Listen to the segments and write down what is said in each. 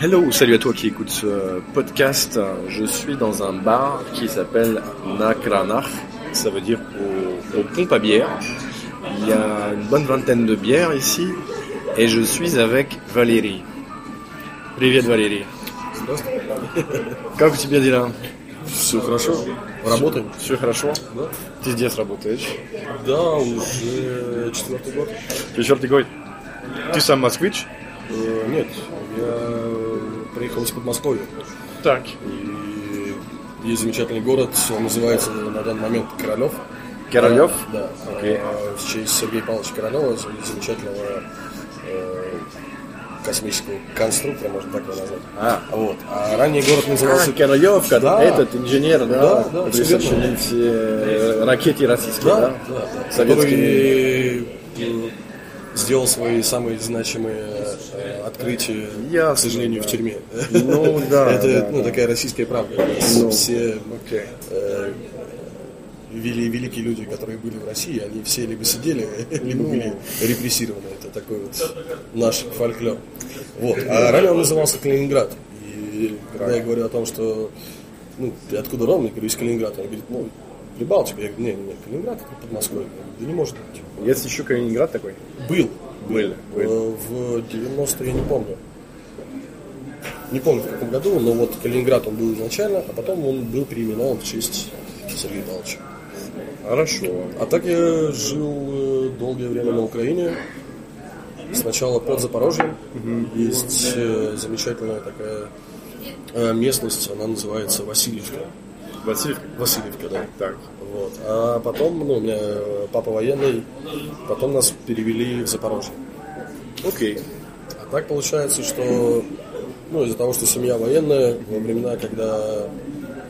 Hello, salut à toi qui écoute ce podcast. Je suis dans un bar qui s'appelle Nakranach, ça veut dire au, au pompe à bière. Il y a une bonne vingtaine de bières ici et je suis avec Valérie. Привет, Валерий. Как у тебя дела? Все хорошо? Работаем? Все хорошо? Да. Ты здесь работаешь? Да, уже четвертый год. Четвертый год. Ты сам москвич? Э, нет, я приехал из Подмосковья. Так. И есть замечательный город, он называется на данный момент Королев. Королев? Да. Окей. Э, В честь Сергея Павловича Королева, замечательного э, космического конструктора, можно так его назвать. А. Вот. А ранее город назывался... Королевка, да? Этот инженер, да, Да, да, который всё верно. сочинил все э, ракеты российские, да? Да, да, да. Советские. Который, э, сделал свои самые значимые э, открытия, Ясно, к сожалению, в тюрьме. Ну, да, Это да, ну, да. такая российская правда. Ну, Все э, вели- великие люди, которые были в России, они все либо сидели, либо были репрессированы. Это такой вот наш фольклор. Вот. А ранее он назывался Калининград. И когда я говорю о том, что ну, ты откуда ровно, я говорю, из Калининграда. Он говорит, ну, Прибалтика. Я говорю, не, не, Калининград это Подмосковье. Я говорю, да не может быть. Есть еще Калининград такой? Был. Были. Э, В 90 я не помню. Не помню в каком году, но вот Калининград он был изначально, а потом он был переименован в честь Сергея Павловича. Хорошо. А так я жил э, долгое время на Украине. Сначала под Запорожьем. Есть э, замечательная такая э, местность, она называется Васильевка. Васильевка? Васильевка, да. Так. Вот. А потом, ну, у меня э, папа военный, потом нас перевели в Запорожье. Окей. А так получается, что ну, из-за того, что семья военная, во времена, когда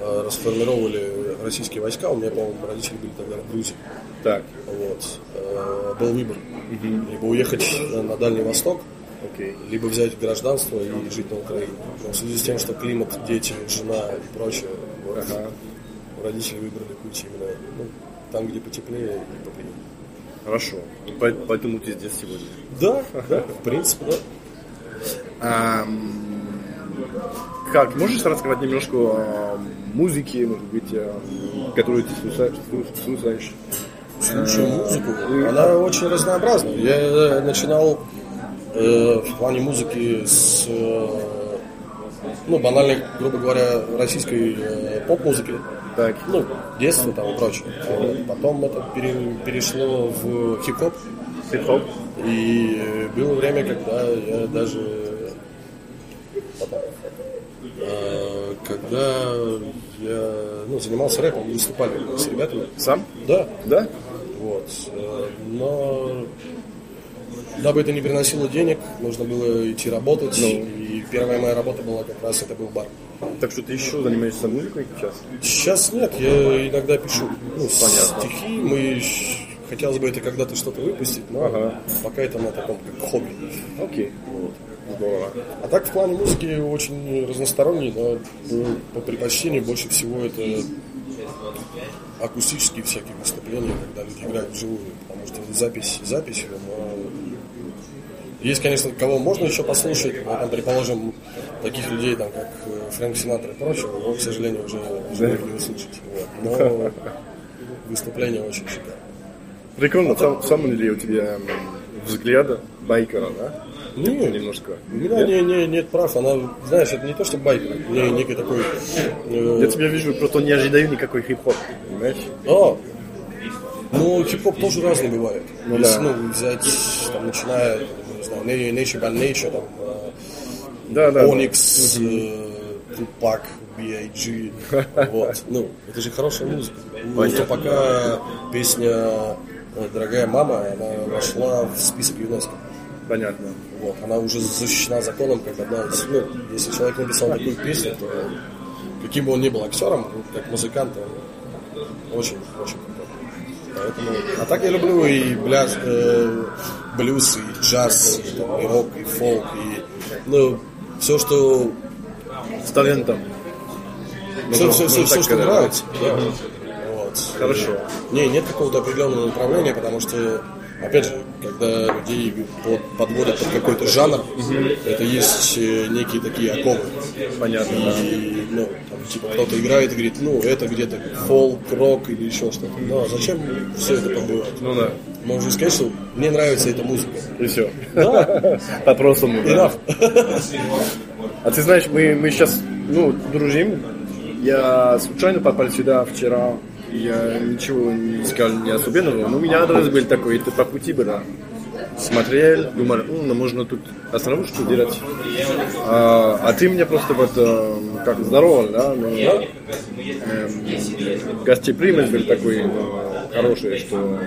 э, расформировали российские войска, у меня, по-моему, родители были тогда в Грузии. Так. Вот. Э, был выбор. Либо уехать э, на Дальний Восток, Окей. либо взять гражданство и жить на Украине. Но в связи с тем, что климат, дети, жена и прочее, вот, Ага. родители выбрали путь именно ну, там, где потеплее и поприятнее. Хорошо. По- Поэтому ты здесь сегодня. Да, да, в принципе, да. Ам, Как, можешь рассказать немножко о музыке, может быть, э, которую ты слуша- слу- слушаешь? Слушаю музыку. и- Она очень разнообразна. Я э, начинал э, в плане музыки с, э, ну, банальной, грубо говоря, российской э, поп-музыки. Так. Ну, детство там и прочее. Вот. Потом это пере- перешло в хип-хоп. Хип-хоп? И э, было время, когда я даже... э, Когда я ну, занимался рэпом, мы выступали с ребятами. Сам? Да, Да? вот. э, Но дабы это не приносило денег, нужно было идти работать. И первая моя работа была как раз это был бар. Так что ты еще занимаешься музыкой сейчас? Сейчас нет, я иногда пишу ну, стихи. Мы щ- хотелось бы это когда-то что-то выпустить, но Ага. пока это на таком как хобби. Окей. Здорово. А так в плане музыки очень разносторонний, но ну, по предпочтению больше всего это акустические всякие выступления, когда люди играют вживую, потому что запись запись, но есть, конечно, кого можно еще послушать, но там, предположим, таких людей, там, как э, Фрэнк Синатра и прочего, его, к сожалению, уже живых не услышать. Вот. Но выступление очень шикарное. Прикольно, А сам, сам ли у тебя м, взгляд байкера, да? Ну, Немножко. У меня не, не, нет прав, она, знаешь, это не то, что байкер, у меня некий такой... э, Я тебя вижу, просто не ожидаю никакой хип-хоп, понимаешь? А, ну, хип-хоп тоже разный бывает. Ну Если, да. ну, взять, там, начиная, не знаю, Na- Nature by Nature, там, Да, э, да. Onyx, э, Tupac, B.I.G. Вот. Ну, это же хорошая музыка. Просто пока песня э, «Дорогая мама», она вошла в список ЮНЕСКО. Понятно. Вот. Она уже защищена законом, как одна из... Ну, если человек написал такую песню, то каким бы он ни был актером, ну, как музыкант, он очень, очень крутой. Поэтому... А так я люблю и бляз, э, блюз, и джаз, и, там, и рок, и фолк, и... Ну, все, что... С талентом. Все, все, можно Ну, так что сказать, да. нравится. да. Вот. Хорошо. Не, нет какого-то определенного направления, потому что опять же, когда людей под- подводят под какой-то жанр, это есть э, некие такие оковы. Понятно, И, ну, там, типа, кто-то играет и говорит, ну, это где-то фолк, рок или еще что-то. Ну, а зачем все это подбивать? Ну да. Можно сказать, что мне нравится эта музыка. И все. По простому. да. А ты знаешь, мы, мы сейчас ну, дружим. Я случайно попал сюда вчера. Я ничего не сказал не особенного, но у меня адрес был такой, это по пути было. Смотрел, думал, ну, ну, можно тут остановочку делать. А, а ты меня просто вот э, как здоровал, да? ну, но, эм, гостеприимность был такой э, хороший, что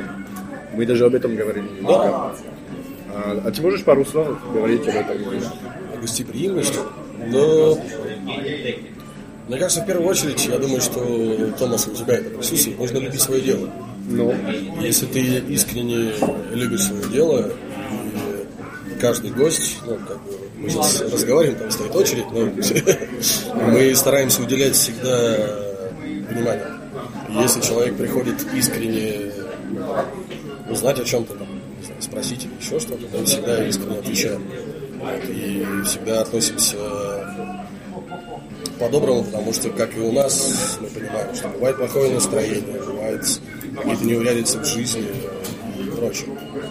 мы даже об этом говорили. немножко. А, а ты можешь пару слов говорить об этом? гостеприимность. Но мне кажется, в первую очередь, я думаю, что Томас у тебя это присутствует. Нужно любить свое дело. Ну, Если ты искренне любишь свое дело, и каждый гость, ну, как бы, мы сейчас разговариваем, там стоит очередь, но мы стараемся уделять всегда внимание. Если человек приходит искренне узнать о чем-то, там, не знаю, спросить или еще что-то, мы всегда искренне отвечаем. Вот, И всегда относимся по-доброму, потому что, как и у нас, мы понимаем, что бывает плохое настроение, бывает какие-то неурядицы в жизни и прочее.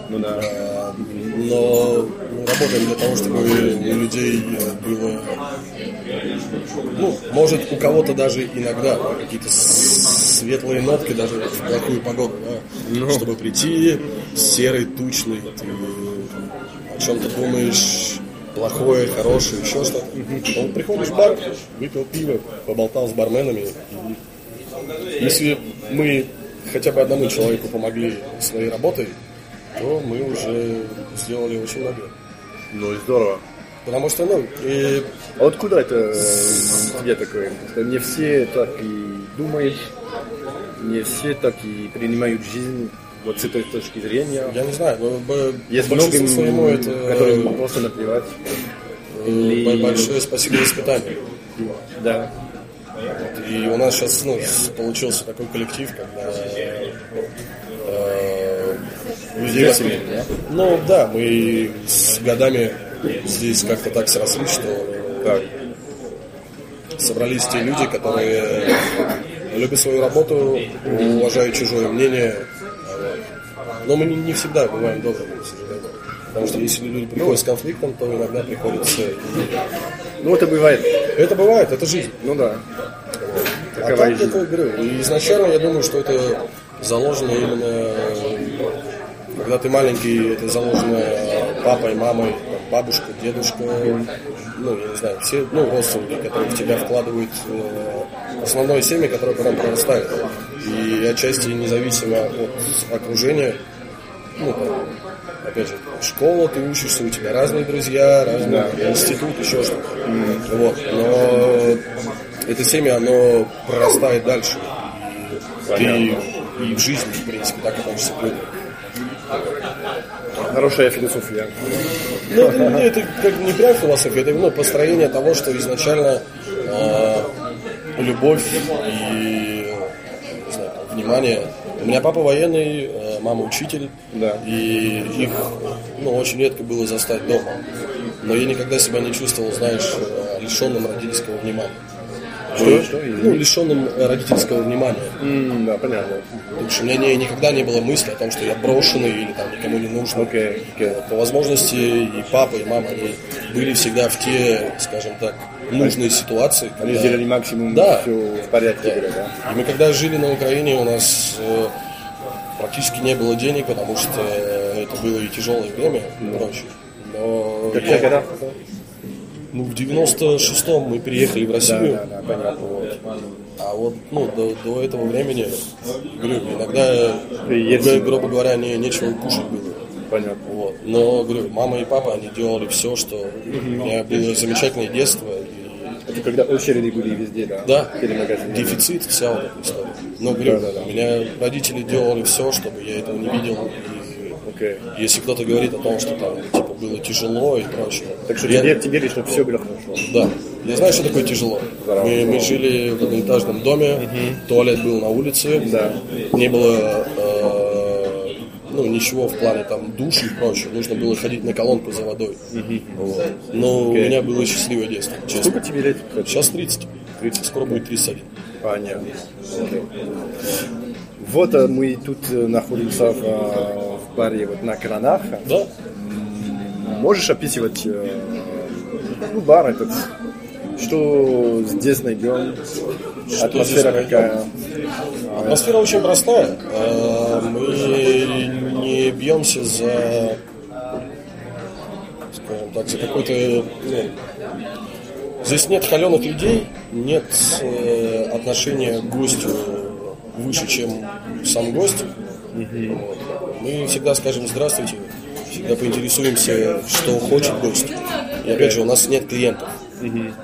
ну да. Э, Но мы работаем для того, чтобы у людей э, было, ну, может, у кого-то даже иногда да, какие-то с- светлые нотки даже в плохую погоду, да, чтобы прийти серый, тучный, ты о чем-то думаешь, плохое, хорошее, еще что-то. Ну, приходишь в бар, выпил пиво, поболтал с барменами, и если мы хотя бы одному человеку помогли своей работой, то мы уже сделали очень много. Ну и здорово. Потому что, ну, и А вот куда это э, тебе такое? Потому что не все так и думают, не все так и принимают жизнь вот с этой точки зрения. я не знаю, б- б- Есть большинству многим, своему это которым просто наплевать. э, б- большое спасибо испытанию. Да. И у нас сейчас ну, с- получился такой коллектив, когда э, людей Весело, вокруг- Ну да, мы с годами здесь как-то так срослись, что э, собрались те люди, которые любят свою работу, уважают чужое мнение. вот. Но мы не, не всегда бываем добрыми, к сожалению. Потому что если люди приходят с конфликтом, то иногда приходится. Ну это бывает. Это бывает, это жизнь. Ну да. А Такова так жизнь. это, говорю, и изначально я думаю, что это заложено именно, э, когда ты маленький, это заложено э, папой, мамой, там, бабушкой, дедушкой, ну, я не знаю, все, ну, родственники, которые в тебя вкладывают э, основное семя, которое потом прорастает. И отчасти независимо от окружения, ну, там, опять же, школа, ты учишься, у тебя разные друзья, разные институт, еще что-то. Вот. Но это семя, оно прорастает дальше. Ты и в жизни, в принципе, так относишься к людям. Хорошая философия. Ну, ну, это как не прям философия, это ну, построение того, что изначально э, любовь и не знаю, внимание. У меня папа военный, э, мама учитель, Да. и их ну, очень редко было застать дома. Но я никогда себя не чувствовал, знаешь, э, лишенным родительского внимания. Что? Что? Ну, лишенным э, родительского внимания. М, да, понятно. Потому что у меня не- никогда не было мысли о том, что я брошенный или там никому не нужен. Окей, окей. По возможности и папа, и мама они были всегда в те, скажем так, нужные ситуации. Они когда- сделали максимум, Да. все в порядке было, да? И мы когда жили на Украине, у нас э, практически не было денег, потому что э, это было и тяжелое время, и прочее. Но Ну. Так я- я когда? ну, в 96-м мы переехали в Россию. Да, да, да, понятно. Вот. А вот ну, до, до этого времени, говорю, иногда, Приедем. гру- грубо говоря, не, нечего и кушать было. Понятно. Вот. Но, говорю, мама и папа, они делали все, что... У меня было замечательное детство. и Это когда очереди были везде, да? Да, Телемагазин. дефицит, вся вот эта история. Но, говорю, Да, да, да. у меня родители делали все, чтобы я этого не видел. И Окей. Если кто-то говорит о том, что там типа, было тяжело и прочее. Так что я- тебе, тебе лично все было хорошо. Да. Я знаю, что такое тяжело. Здорово. Мы, мы жили в одноэтажном доме, туалет был на улице, Да. не было э, ну, ничего в плане там душ и прочее. Нужно было ходить на колонку за водой. Вот. Но у Окей. меня было счастливое детство, Сколько честно. тебе лет? Сейчас 30. 30. Скоро будет 31. Понятно. Вот э, мы тут э, находимся в, э, в баре вот на кранах. Да? Можешь описывать э, ну, бар этот? Что здесь найдем? Атмосфера здесь какая? Атмосфера очень простая. Э, Мы не бьемся за, скажем так, за какой-то... ну, здесь нет холеных людей, нет э, отношения к гостю выше, чем сам гость. Вот. Мы всегда скажем «здравствуйте», всегда поинтересуемся, что хочет гость. И опять же, у нас нет клиентов.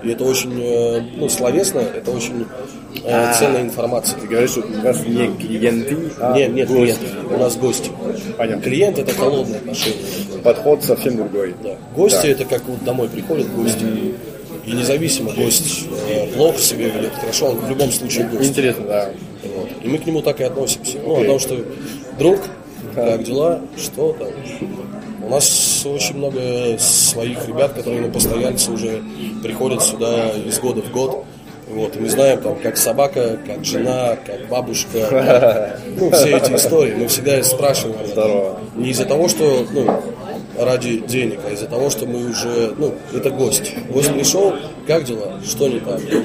И это очень, э, ну, словесно, это очень э, ценная информация. Ты говоришь, что у вас не клиенты, а Нет, нет, гости. клиент. У нас гости. Понятно. Клиент это холодное отношение. Подход совсем другой. Да. Гости Да. это как вот домой приходят гости. И независимо гость э, плохо себя ведет, хорошо, он в любом случае гость. Интересно, да. Вот. И мы к нему так и относимся. Ну, потому что друг, как дела, что там. У нас очень много своих ребят, которые на постояльцы уже приходят сюда из года в год. Вот, и мы знаем, там, как собака, как жена, как бабушка, как- ну, все эти истории. Мы всегда их спрашиваем. Здорово. Не из-за того, что, ну, ради денег, а из-за того, что мы уже, ну, это гость. Гость пришел, как дела, что не так, Да.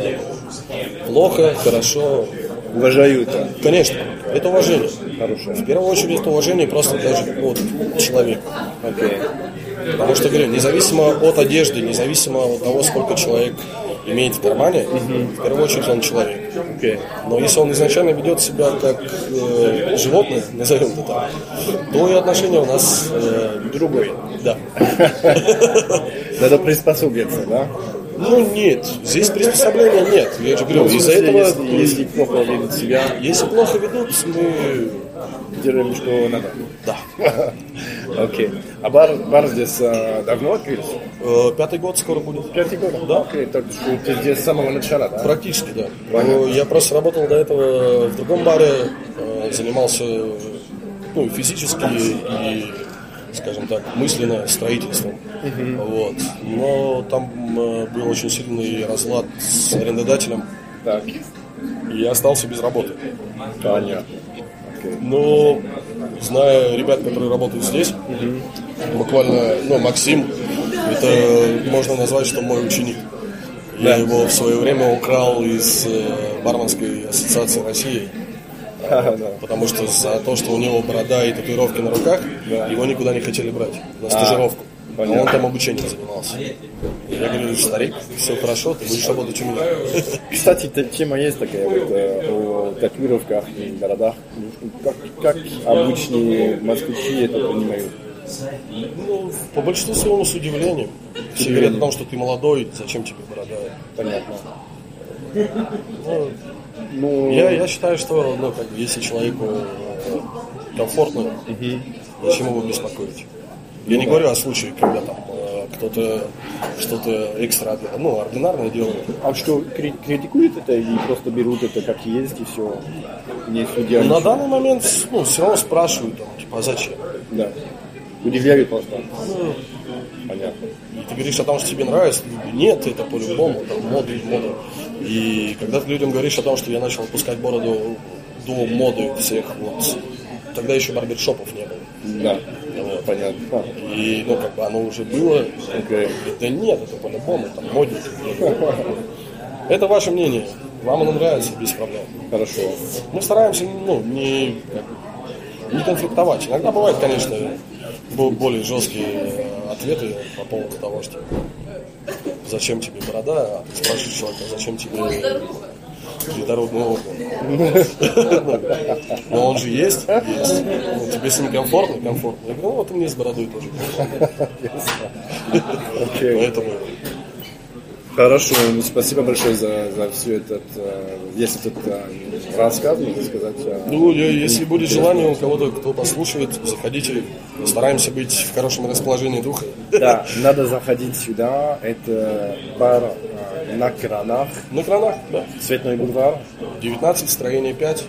плохо, хорошо, Уважают. да. Конечно, это уважение. Хорошее. В первую очередь это уважение просто даже ну, вот, к человеку. Окей. Потому что, говорю, независимо от одежды, независимо от того, сколько человек имеет в кармане, в первую очередь он человек. Окей. Но если он изначально ведет себя как э, животное, назовем это так, то и отношение у нас э, Другой. да. Надо приспособиться, да? Ну нет, здесь приспособления нет. Я же говорю, Ну, В из-за смысле, этого, если, если плохо ведут себя, если плохо ведут, мы делаем, что надо. да. Окей. А бар, бар здесь а, давно открылся? Э, Пятый год скоро будет. Пятый год. Да. Окей, так что ты здесь с самого начала, да? Практически, да. Ну, Я просто работал до этого в другом баре, э, занимался ну, физически и, скажем так, мысленно строительством. Вот. Но там э, был очень сильный разлад с арендодателем, Так. и я остался без работы. Понятно. Окей. Но зная Ну, ребят, которые работают здесь, буквально, ну, Максим, это можно назвать, что мой ученик. Я его в свое время украл из э, барменской ассоциации России, Ха-ха, да. потому что за то, что у него борода и татуировки на руках, его никуда не хотели брать на стажировку. А понятно. он там обучением занимался. Я говорю, старик, все хорошо, ты будешь работать у меня. Кстати, та- тема есть такая вот э, о татуировках и городах. Ну, Как, как обычные москвичи это понимают? Ну, по большинству своему с удивлением. Все говорят о том, что ты молодой, зачем тебе борода. Понятно. Ну, Ну, Я, я считаю, что ну, как бы, если человеку э, комфортно, зачем его беспокоить? Я не говорю о случае, когда там э, кто-то что-то экстра, ну, ординарное делает. а что, кри- критикуют это или просто берут это как есть и все? Не судят? На данный момент, ну, все равно спрашивают, там, типа, а зачем? Да. Удивляют просто. Понятно. И ты говоришь о том, что тебе нравится, ты говоришь, нет, это по-любому, там, мода и мода. И когда ты людям говоришь о том, что я начал пускать бороду до моды всех, вот, тогда еще барбершопов не было. Да. Понятно. И, ну, как бы оно уже было. Окей. Да нет, это по-любому, там модник. Это ваше мнение. Вам оно нравится, без проблем. Хорошо. Мы стараемся, ну, не, как бы, не конфликтовать. Иногда бывают, конечно, бо- более жесткие э, ответы по поводу того, что зачем тебе борода, а ты спрашиваешь человека, зачем тебе детородный орган. Но он же есть, есть. Ну, тебе с ним комфортно, комфортно. Я говорю, ну вот и мне с бородой тоже. Окей. Поэтому Хорошо, ну, спасибо большое за, за все этот, э, весь этот э, рассказ, можно сказать. э, Ну, я- если будет желание у кого-то, кто послушает, заходите. Стараемся быть в хорошем расположении духа. Да, надо заходить сюда. Это бар э, на кранах, На кранах, да. Цветной бульвар. 19, строение 5.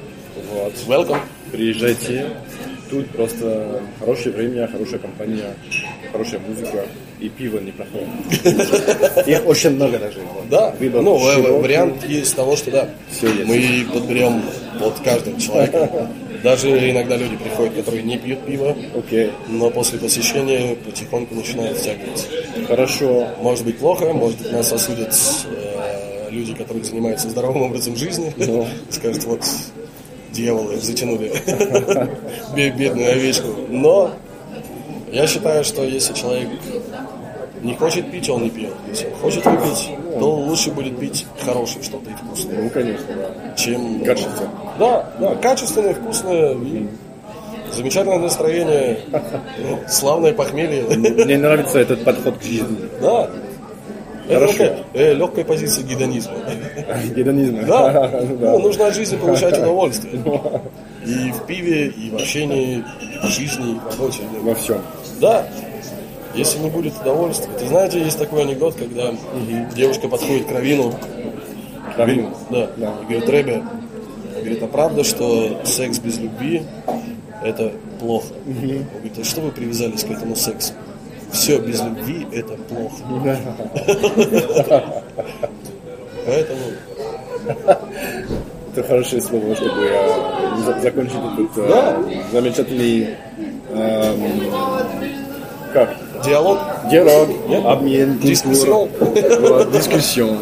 Вот. Welcome. Приезжайте. Тут просто хорошее время, хорошая компания, хорошая музыка и пиво неплохое. Их очень много даже. Да, Выбор ну, э, широкий. вариант есть того, что да, Всё есть. мы подберем под каждого человека. Даже иногда люди приходят, которые не пьют пиво, Окей, но после посещения потихоньку начинают втягиваться. хорошо. Может быть плохо, может быть нас осудят э, люди, которые занимаются здоровым образом жизни, Ну. скажут, вот дьяволы затянули бе- бедную овечку. Но я считаю, что если человек не хочет пить, он не пьет. Если он хочет выпить, то лучше будет пить хорошее что-то и вкусное, Ну, конечно, да. чем... Качество. Да, да, качественное, вкусное и замечательное настроение, ну, славное похмелье. Мне нравится этот подход к жизни. Да. Хорошо. Это такая э, легкая позиция гедонизма. Гедонизм. Да. Ну, нужно от жизни получать удовольствие. И в пиве, и в общении, и в жизни, и в работе. Во всем. Да. Если не будет удовольствия. Ты знаете, есть такой анекдот, когда девушка подходит к Равину, Правильно. да, Да. и говорит, Ребе, говорит, а правда, что секс без любви это плохо? Он говорит, а что вы привязались к этому сексу? Все без любви это плохо. Поэтому Это хорошее слово, чтобы э, за- закончить этот э, замечательный эм, как? диалог диалог, обмен, Дискуссион. дискуссион.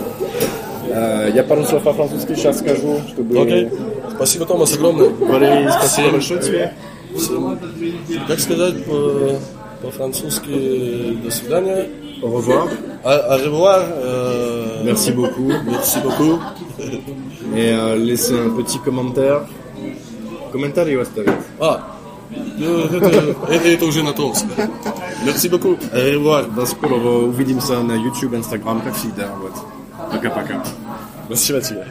Я пару слов по-французски сейчас скажу, чтобы... Окей. Спасибо, Томас, огромное. Валерий, спасибо Всем- большое тебе. всем. Как сказать по- по-французски до свидания? Au revoir. А- au revoir, э, Merci beaucoup. merci beaucoup. Et euh, laissez un petit commentaire. Комментарий оставить. А, ну, это, это- это уже на Томске. Merci beaucoup. Au revoir. До скорого. Увидимся на YouTube, Instagram, как всегда. Вот. Пока-пока. Спасибо тебе.